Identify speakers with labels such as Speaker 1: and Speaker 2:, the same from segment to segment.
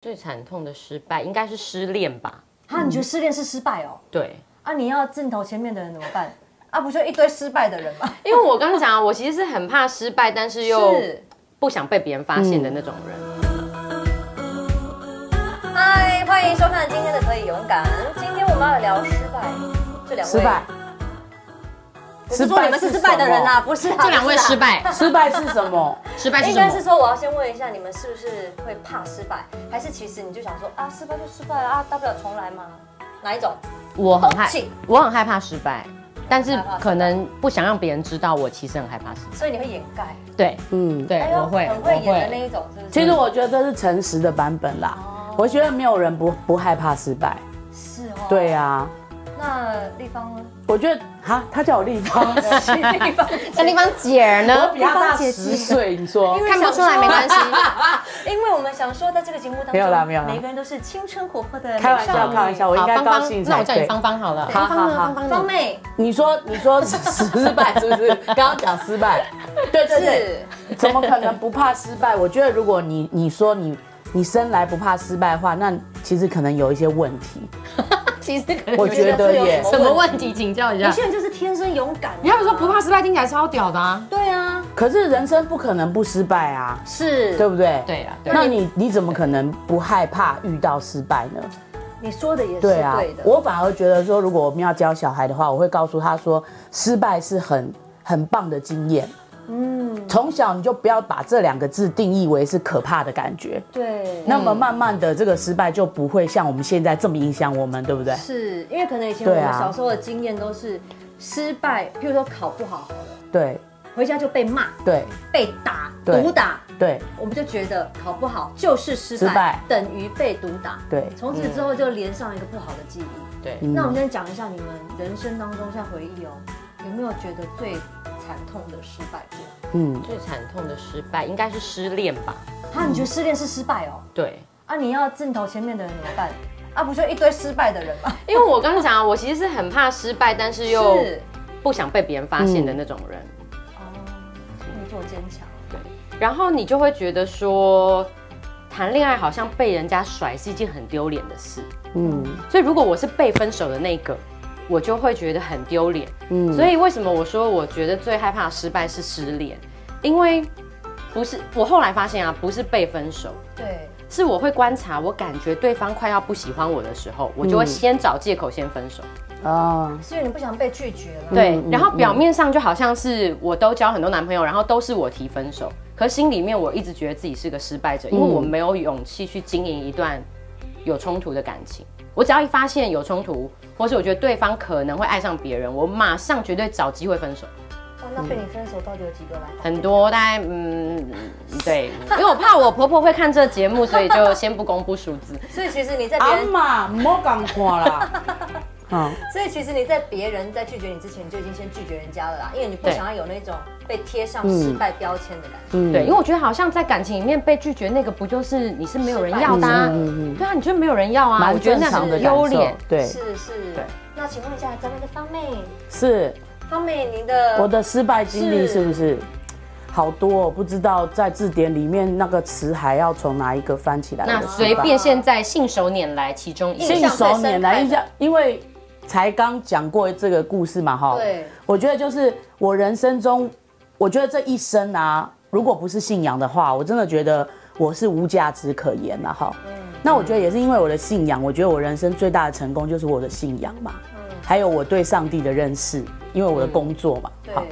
Speaker 1: 最惨痛的失败应该是失恋吧？
Speaker 2: 啊，
Speaker 1: 嗯
Speaker 2: 你觉得失恋是失败哦？
Speaker 1: 对，
Speaker 2: 啊，你要镜头前面的人怎么办？啊，不就一堆失败的人 吗？
Speaker 1: 因为我刚刚讲啊，我其实是很怕失败，但是又
Speaker 2: 是。
Speaker 1: 不想被别人发现的那种人。
Speaker 3: 嗯
Speaker 2: 嗨，欢迎收看今天的《可以勇敢》。今天我们要聊失败，这两位
Speaker 3: 失败，
Speaker 2: 不是说你们是失败的人啦，不是啊
Speaker 1: 这两位失，败，
Speaker 3: 失败是什么？
Speaker 1: 失败是
Speaker 2: 不是啊应
Speaker 1: 什
Speaker 2: 该是
Speaker 1: 么？
Speaker 2: 说我要先问一下，你们是不是会怕失败，还是其实你就想说啊，失败就失败了啊，大不了重来嘛？哪一种？
Speaker 1: 我很害
Speaker 2: 放弃，
Speaker 1: 我很害怕失败，但是
Speaker 2: 害怕失败
Speaker 1: 可能不想让别人知道我其实很害怕失败。
Speaker 2: 所以你会掩盖？哎
Speaker 1: 对，
Speaker 3: 嗯，对。
Speaker 1: 对，我会，
Speaker 2: 很
Speaker 1: 我
Speaker 2: 会演的那
Speaker 1: 会。
Speaker 2: 一种，是不是？
Speaker 3: 其实我觉得这是诚实的版本啦。我觉得没有人不不害怕失败。
Speaker 2: 是哦。
Speaker 3: 对。啊，
Speaker 2: 那立方呢？
Speaker 3: 我觉得哈，他叫我立方，
Speaker 2: 立方，
Speaker 1: 那地方姐儿
Speaker 3: 我
Speaker 1: 呢？
Speaker 3: 比他大十岁，你说
Speaker 2: 因？为
Speaker 1: 看不出来没关系，
Speaker 2: 因为我们想说，在这个节目当中，
Speaker 3: 没有啦没有啦
Speaker 2: 每个人都是青春活泼的美
Speaker 3: 开玩
Speaker 2: 少
Speaker 3: 笑，
Speaker 2: 女
Speaker 3: 开玩笑，我应
Speaker 1: 好，
Speaker 3: 该
Speaker 1: 芳
Speaker 3: 高
Speaker 1: 芳
Speaker 3: 兴，
Speaker 1: 那我
Speaker 3: 才
Speaker 1: 叫你
Speaker 3: 对。
Speaker 1: 芳芳好了。
Speaker 3: 好
Speaker 1: 芳芳呢？
Speaker 3: 好好
Speaker 1: 芳芳
Speaker 2: 方
Speaker 1: 呢？
Speaker 2: 妹
Speaker 3: 你说你说失败是不是？刚刚讲失败，对对对，
Speaker 2: 是
Speaker 3: 怎么可能不怕失败？我觉得如果你你说你你生来不怕失败的话，那其实可能有一些问题。
Speaker 1: 其实可能
Speaker 3: 我觉得耶
Speaker 1: 什么问题，请教一下
Speaker 3: 啊
Speaker 2: 有。些人就是天生勇敢啊。
Speaker 1: 你要不说不怕失败，听起来超屌的啊。
Speaker 2: 对啊，
Speaker 3: 可是人生不可能不失败啊，
Speaker 2: 是
Speaker 3: 对不对？
Speaker 1: 对啦，对。啊
Speaker 3: 那你你怎么可能不害怕遇到失败呢？
Speaker 2: 你说的也是
Speaker 3: 对啊，
Speaker 2: 对的。
Speaker 3: 我反而觉得说，如果我们要教小孩的话，我会告诉他说，失败是很很棒的经验。嗯，从小你就不要把这两个字定义为是可怕的感觉，
Speaker 2: 对，
Speaker 3: 那么慢慢的这个失败就不会像我们现在这么影响我们，对不对？
Speaker 2: 是因为可能以前我
Speaker 3: 对
Speaker 2: 们
Speaker 3: 啊
Speaker 2: 小时候的经验都是失败，譬如说考不好好了，
Speaker 3: 对
Speaker 2: 回家就被骂、
Speaker 3: 对
Speaker 2: 被打、
Speaker 3: 对
Speaker 2: 毒打，
Speaker 3: 对
Speaker 2: 我们就觉得考不好就是失败，
Speaker 3: 失败
Speaker 2: 等于被毒打。
Speaker 3: 对，
Speaker 2: 从此之后就连上一个不好的记忆。
Speaker 1: 对，
Speaker 3: 嗯
Speaker 2: 那我们先讲一下你们人生当中，现在回忆哦，有没有觉得最惨痛的失败过？
Speaker 3: 嗯，
Speaker 1: 最惨痛的失败应该是失恋吧？
Speaker 2: 啊，你觉得失恋是失败哦？
Speaker 1: 对，
Speaker 2: 啊，你要镜头前面的人怎么办？啊，不就一堆失败的人吗？
Speaker 1: 因为我刚刚讲啊，我其实是很怕失败，但是嗯又
Speaker 2: 是，
Speaker 1: 不想被别人发现的那种人。
Speaker 2: 哦，故作坚强。啊
Speaker 1: 对，然后你就会觉得说，谈恋爱好像被人家甩是一件很丢脸的事。
Speaker 3: 嗯
Speaker 1: 所以如果我是被分手的那个，我就会觉得很丢脸。
Speaker 3: 嗯，
Speaker 1: 所以为什么我说我觉得最害怕的失败是失恋？因为不是我后来发现啊，不是被分手，
Speaker 2: 对，
Speaker 1: 是我会观察，我感觉对方快要不喜欢我的时候，我就会先找借口先分手。
Speaker 3: 啊，
Speaker 2: 是因为你不想被拒绝了。
Speaker 1: 对，
Speaker 3: 嗯
Speaker 1: 然后表面上就好像是我都交很多男朋友，然后都是我提分手，可心里面我一直觉得自己是个失败
Speaker 3: 嗯
Speaker 1: 者，因为我没有勇气去经营一段有冲突的感情。我只要一发现有冲突，或是我觉得对方可能会爱上别人，我马上绝对找机会分手。
Speaker 2: 哇，哦那被你分手到底有几个来？
Speaker 1: 很多，大概嗯，对，因为我怕我婆婆会看这节目，所以就先不公布数字。
Speaker 2: 所以其实你在别
Speaker 3: 阿
Speaker 1: 啊
Speaker 2: 人，
Speaker 3: 妈莫讲看 啦，嗯，
Speaker 2: 所以其实你在别人在拒绝你之前，你就已经先拒绝人家了啦，因为你不
Speaker 1: 对嗯
Speaker 2: 想要有那种被贴上失败标签的感
Speaker 3: 嗯
Speaker 2: 觉。
Speaker 1: 对，因为我觉得好像在感情里面被拒绝那个，不就是你是没有人要的、
Speaker 3: 嗯
Speaker 1: 啊？对啊，你就没有人要啊？我
Speaker 3: 蛮
Speaker 1: 觉得
Speaker 3: 正
Speaker 1: 那
Speaker 3: 常的
Speaker 1: 很
Speaker 3: 感
Speaker 1: 丢
Speaker 3: 受
Speaker 1: 脸。，
Speaker 3: 对，
Speaker 2: 是是
Speaker 1: 对。
Speaker 2: 那请问一下，咱们的方妹，
Speaker 3: 是。
Speaker 2: 方妹，您的
Speaker 3: 我的失败经历
Speaker 2: 呃是
Speaker 3: 是不是好多、哦？不知道在字典里面那个词还要从哪一个翻起来？
Speaker 1: 那
Speaker 3: 我不知道
Speaker 1: 随便现在信手拈来其中一
Speaker 2: 印
Speaker 3: 嗯信
Speaker 1: 项
Speaker 2: 象最
Speaker 3: 手拈
Speaker 2: 深刻的
Speaker 3: 来一下，因为才刚讲过这个故事嘛，哈。
Speaker 2: 对，
Speaker 3: 我觉得就是我人生中，我觉得这一生啊，如果不是信仰的话，我真的觉得我是无价值可言了、哈。
Speaker 2: 嗯
Speaker 3: 那我觉得也是因为我的信仰，我觉得我人生最大的成功就是我的信仰嘛，
Speaker 2: 嗯
Speaker 3: 还有我对上帝的认识，因为我的工作嘛，
Speaker 2: 对
Speaker 3: 好。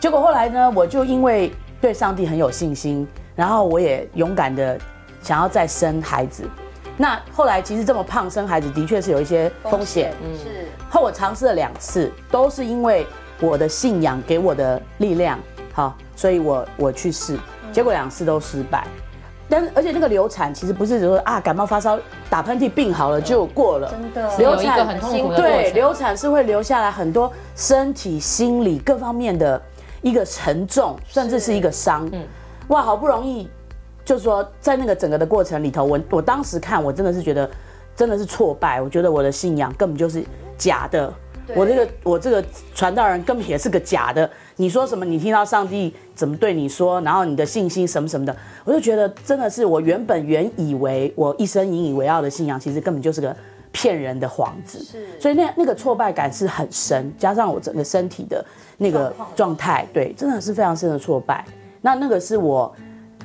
Speaker 3: 结果后来呢，我就因为对上帝很有信心，然后我也勇敢的想要再生孩子。那后来其实这么胖生孩子的确是有一些风险。嗯
Speaker 2: 是
Speaker 3: 后我尝试了两次，都是因为我的信仰给我的力量，好，所以我我去试，
Speaker 2: 嗯
Speaker 3: 结果两次都失败。但而且那个流产其实不是说啊感冒发烧打喷嚏病好了就过了，
Speaker 2: 真的
Speaker 3: 流
Speaker 1: 有一
Speaker 3: 产
Speaker 1: 个很痛苦的过
Speaker 3: 对，
Speaker 1: 程。
Speaker 3: 流产是会留下来很多身体、心理各方面的一个沉重，甚至是一个伤。
Speaker 1: 嗯
Speaker 3: 哇，好不容易，就说在那个整个的过程里头，我我当时看，我真的是觉得真的是挫败，我觉得我的信仰根本就是假的。我这个我这个传道人根本也是个假的。你说什么？你听到上帝怎么对你说，然后你的信心什么什么的，我就觉得真的是我原本原以为我一生引以为傲的信仰，其实根本就是个骗人的幌子。
Speaker 2: 是
Speaker 3: 所以那那个挫败感是很深，加上我整个身体的那个状态，对，真的是非常深的挫败。那那个是我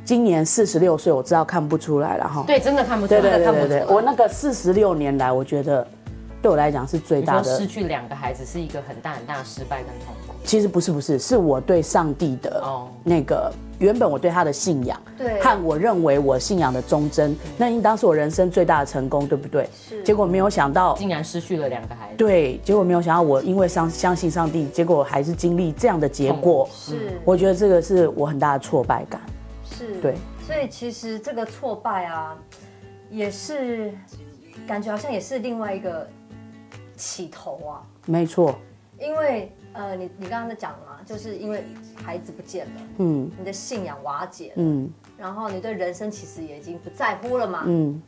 Speaker 3: 今年四十六岁，我知道看不出来了哈。
Speaker 1: 对，真的看不出来，
Speaker 3: 对
Speaker 1: 真的
Speaker 3: 对
Speaker 1: 看
Speaker 3: 对
Speaker 1: 不
Speaker 3: 对，
Speaker 1: 出
Speaker 3: 我
Speaker 1: 来。
Speaker 3: 那个四十六年来，我觉得对我来讲是最
Speaker 1: 你
Speaker 3: 大
Speaker 1: 说
Speaker 3: 的
Speaker 1: 失。去两个孩子是一个很大很大的失败跟痛苦，
Speaker 3: 其实不是不是，是我对上帝的
Speaker 1: 哦
Speaker 3: 那个原本我对他的信仰，
Speaker 2: 对
Speaker 3: 和我认为我信仰的忠贞，
Speaker 1: 嗯
Speaker 3: 那应当是我人生最大的成功，对不对？
Speaker 2: 是
Speaker 3: 结果没有想到，
Speaker 1: 竟然失去了两个孩子。
Speaker 3: 对，结果没有想到我因为相相信上帝，结果还是经历这样的结果。
Speaker 2: 是
Speaker 3: 嗯我觉得这个是我很大的挫败感。
Speaker 2: 是，
Speaker 3: 对，
Speaker 2: 所以其实这个挫败啊，也是感觉好像也是另外一个起头啊，
Speaker 3: 没错，
Speaker 2: 因为呃，你你刚刚在讲嘛，就是因为孩子不见了，
Speaker 3: 嗯
Speaker 2: 你的信仰瓦解了，
Speaker 3: 嗯
Speaker 2: 然后你对人生其实也已经不在乎了嘛。
Speaker 3: 嗯，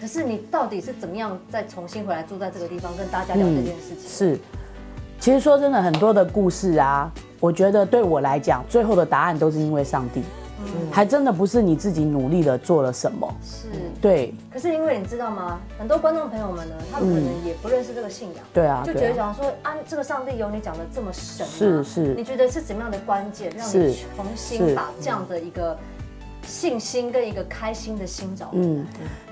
Speaker 2: 可是你到底是怎么样再重新回来住在这个地方，跟大家聊这件事情？
Speaker 3: 嗯是。其实说真的，很多的故事啊，我觉得对我来讲，最后的答案都是因为上帝，
Speaker 2: 嗯
Speaker 3: 还真的不是你自己努力的做了什么。
Speaker 2: 是。
Speaker 3: 对
Speaker 2: 可是因为你知道吗？很多观众朋友们呢，他们可能也不认识这个信仰，
Speaker 3: 嗯对啊，
Speaker 2: 就
Speaker 3: 对
Speaker 2: 觉得
Speaker 3: 啊，
Speaker 2: 讲说啊，这个上帝有你讲的这么神、啊，
Speaker 3: 是是
Speaker 2: 你觉得是怎么样的关键，让
Speaker 3: 是
Speaker 2: 你重新
Speaker 3: 是
Speaker 2: 把这样的一个信心跟一个开心的心找回来？
Speaker 3: 嗯。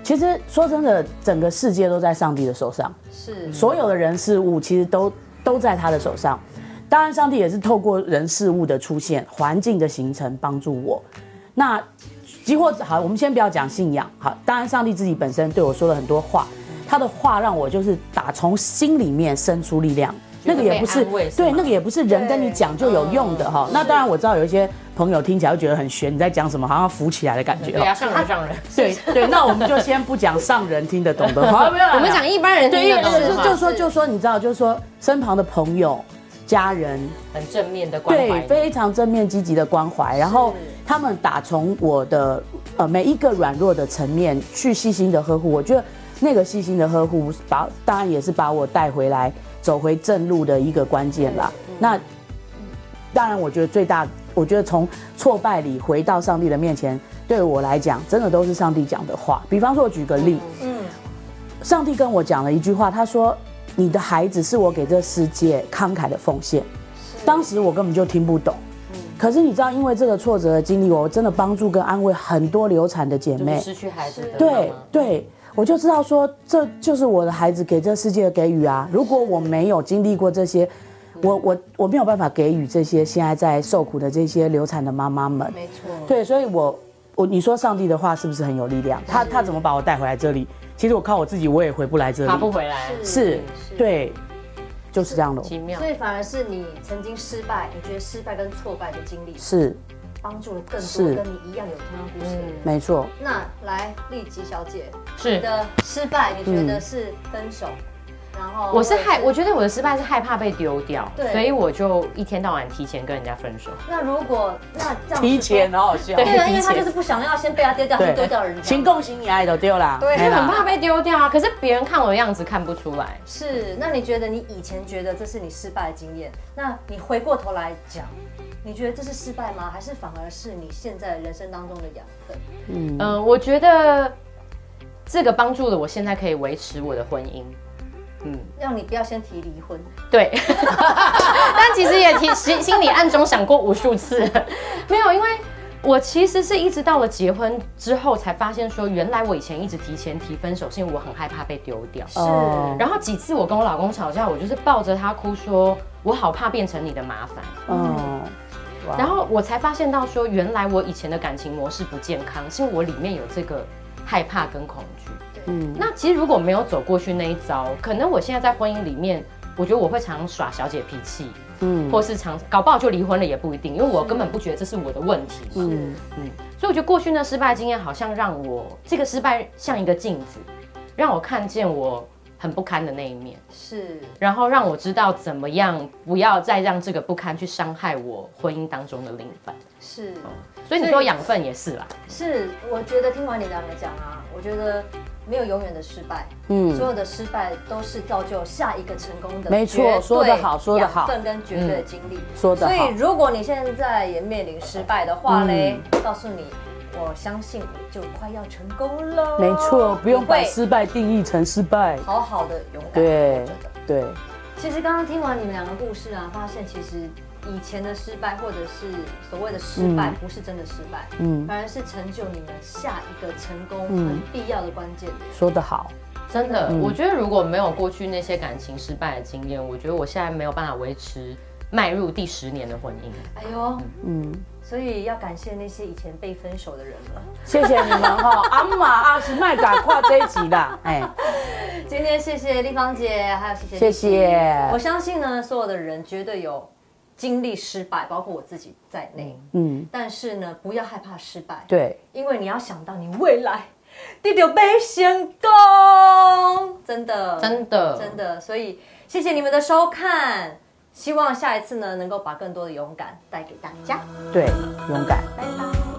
Speaker 3: 其实说真的，整个世界都在上帝的手上。
Speaker 2: 是
Speaker 3: 所有的人事物其实都都在他的手上。当然，上帝也是透过人事物的出现、环境的形成帮助我。那即或好，我们先不要讲信仰，好，当然上帝自己本身对我说了很多话，他的话让我就是打从心里面生出力量。
Speaker 1: 觉
Speaker 3: 那
Speaker 1: 得
Speaker 3: 个也不是
Speaker 1: 被安慰是
Speaker 3: 对，
Speaker 1: 吗哦
Speaker 3: 那个也不是人跟你讲就有用的哈。那当然，我知道有一些朋友听起来会觉得很悬，你在讲什么，好像浮起来的感觉
Speaker 1: 对
Speaker 3: 哈。
Speaker 1: 啊，上人上人，
Speaker 3: 对对，那我们就先不讲上人听 得懂的话，啊没有啦
Speaker 1: 我们讲一般人
Speaker 3: 对，
Speaker 1: 听
Speaker 3: 因
Speaker 1: 得
Speaker 3: 为
Speaker 1: 懂
Speaker 3: 就
Speaker 1: 的
Speaker 3: 是
Speaker 1: 话
Speaker 3: 就说
Speaker 2: 是
Speaker 3: 就说，你知道，就是说身旁的朋友、家人，
Speaker 1: 很正面的关怀
Speaker 3: 对，
Speaker 1: 你，
Speaker 3: 非常正面积极的关怀，然后他们打从我的呃每一个软弱的层面去细心的呵护，我觉得那个细心的呵护，把当然也是把我带回来走回正路的一个关键啦。
Speaker 1: 嗯
Speaker 3: 那当然，我觉得最大，我觉得从挫败里回到上帝的面前，对我来讲，真的都是上帝讲的话。比方说，我举个例，
Speaker 2: 嗯，
Speaker 3: 上帝跟我讲了一句话，他说：“你的孩子是我给这世界慷慨的奉献。”当时我根本就听不懂。
Speaker 1: 嗯
Speaker 3: 可是你知道，因为这个挫折的经历，我真的帮助跟安慰很多流产的姐
Speaker 1: 就是
Speaker 3: 妹。
Speaker 1: 失去孩子的妈
Speaker 3: 对
Speaker 1: 妈
Speaker 3: 对，我就知道说，这就是我的孩子给这世界的给予啊！如果我没有经历过这些，我我我没有办法给予这些现在在受苦的这些流产的妈妈们。
Speaker 2: 没错，
Speaker 3: 对，所以我我你说上帝的话是不是很有力量？他他怎么把我带回来这里？其实我靠我自己，我也回不来这
Speaker 1: 爬不
Speaker 3: 里。
Speaker 1: 回来，啊
Speaker 3: 是，
Speaker 2: 是
Speaker 3: 对，就是这样的。
Speaker 1: 奇妙
Speaker 2: 所。以反而是你曾经失败，你觉得失败跟挫败的经历，
Speaker 3: 是，
Speaker 2: 帮助了更多
Speaker 3: 是嗯
Speaker 2: 跟你一样有同样故事的人。
Speaker 3: 没错。
Speaker 2: 那来丽吉小姐，你
Speaker 1: 是，
Speaker 2: 的失败，你觉得是分手，然后
Speaker 1: 嗯我是害，
Speaker 2: 或
Speaker 1: 我
Speaker 2: 者
Speaker 1: 觉得我的失败是害怕被丢掉，
Speaker 2: 对
Speaker 1: 所以我就一天到晚提前跟人家分手。
Speaker 2: 那如果那这样子
Speaker 3: 提前，
Speaker 2: 说
Speaker 3: 好好笑。
Speaker 2: 对啊，因为
Speaker 1: 提
Speaker 2: 他
Speaker 1: 前
Speaker 2: 就是不想要先被他丢掉， 就丢掉人家，
Speaker 3: 请恭喜你爱豆丢啦。
Speaker 2: 对
Speaker 3: 没
Speaker 1: 很
Speaker 3: 啦
Speaker 1: 怕被丢掉啊，可是别人看我的样子看不出来。
Speaker 2: 是，那你觉得你以前觉得这是你失败的经验，那你回过头来讲，你觉得这是失败吗？还是反而是你现在人生当中的养分？
Speaker 1: 嗯、我觉得这个帮助了我现在可以维持我的婚姻。
Speaker 2: 让你不要先提离婚，
Speaker 1: 对， 但其实也提心心里暗中想过无数次， 没有，因为我其实是一直到了结婚之后才发现说，原来我以前一直提前提分手，是因为我很害怕被丢掉。
Speaker 3: 哦
Speaker 1: 然后几次我跟我老公吵架，我就是抱着他哭说，我好怕变成你的麻烦。
Speaker 3: 嗯，哇
Speaker 1: 然后我才发现到说，原来我以前的感情模式不健康，是因为我里面有这个害怕跟恐惧。嗯，那其实如果没有走过去那一招，可能我现在在婚姻里面，我觉得我会常耍小姐脾气，嗯，或是常搞不好就离婚了也不一定，因为我根本不觉得这是我的问题嘛。嗯嗯，所以我觉得过去那失败经验好像让我这个失败像一个镜子，让我看见我很不堪的那一面。
Speaker 2: 是
Speaker 1: 然后让我知道怎么样不要再让这个不堪去伤害我婚姻当中的另一半。
Speaker 2: 是。
Speaker 1: 所以你说养分也是啦，
Speaker 2: 是，我觉得听完你两个讲啊，我觉得没有永远的失败，嗯，所有的失败都是造就下一个成功的，
Speaker 3: 没错说得好说得好嗯
Speaker 2: 分跟绝对的经历，
Speaker 3: 说得好嗯
Speaker 2: 所以如果你现在也面临失败的话嘞，告诉你，我相信你就快要成功了，
Speaker 3: 没错，不用
Speaker 2: 你
Speaker 3: 把
Speaker 2: 哦会
Speaker 3: 失败定义成失败。
Speaker 2: 好好的勇敢，
Speaker 3: 对
Speaker 2: 我觉得。
Speaker 3: 对，
Speaker 2: 其实刚刚听完你们两个故事啊，发现其实以前的失败或者是所谓的失败，不是真的失败，
Speaker 3: 嗯
Speaker 2: 反而是成就你们下一个成功
Speaker 3: 嗯
Speaker 2: 很必要的关键。
Speaker 3: 说得好，
Speaker 1: 真的，嗯我觉得如果没有过去那些感情失败的经验，我觉得我现在没有办法维持迈入第十年的婚姻。
Speaker 2: 哎呦，
Speaker 3: 嗯，
Speaker 2: 所以要感谢那些以前被分手的人了。
Speaker 3: 谢谢你们 哈，阿玛阿什麦嘎跨这一集啦，哎，
Speaker 2: 今天谢谢丽芳姐，还有谢谢
Speaker 3: 谢
Speaker 2: 丽琪
Speaker 3: 谢
Speaker 2: 我相信呢，所有的人绝对有经历失败，包括我自己在内。
Speaker 3: 嗯，
Speaker 2: 但是呢，不要害怕失败，
Speaker 3: 对，
Speaker 2: 因为你要想到你未来，你就被成功，真的，
Speaker 1: 真的，
Speaker 2: 真的，所以谢谢你们的收看，
Speaker 1: 嗯
Speaker 2: 希望下一次呢能够把更多的勇敢带给大家，
Speaker 3: 对，勇敢。
Speaker 2: 拜拜。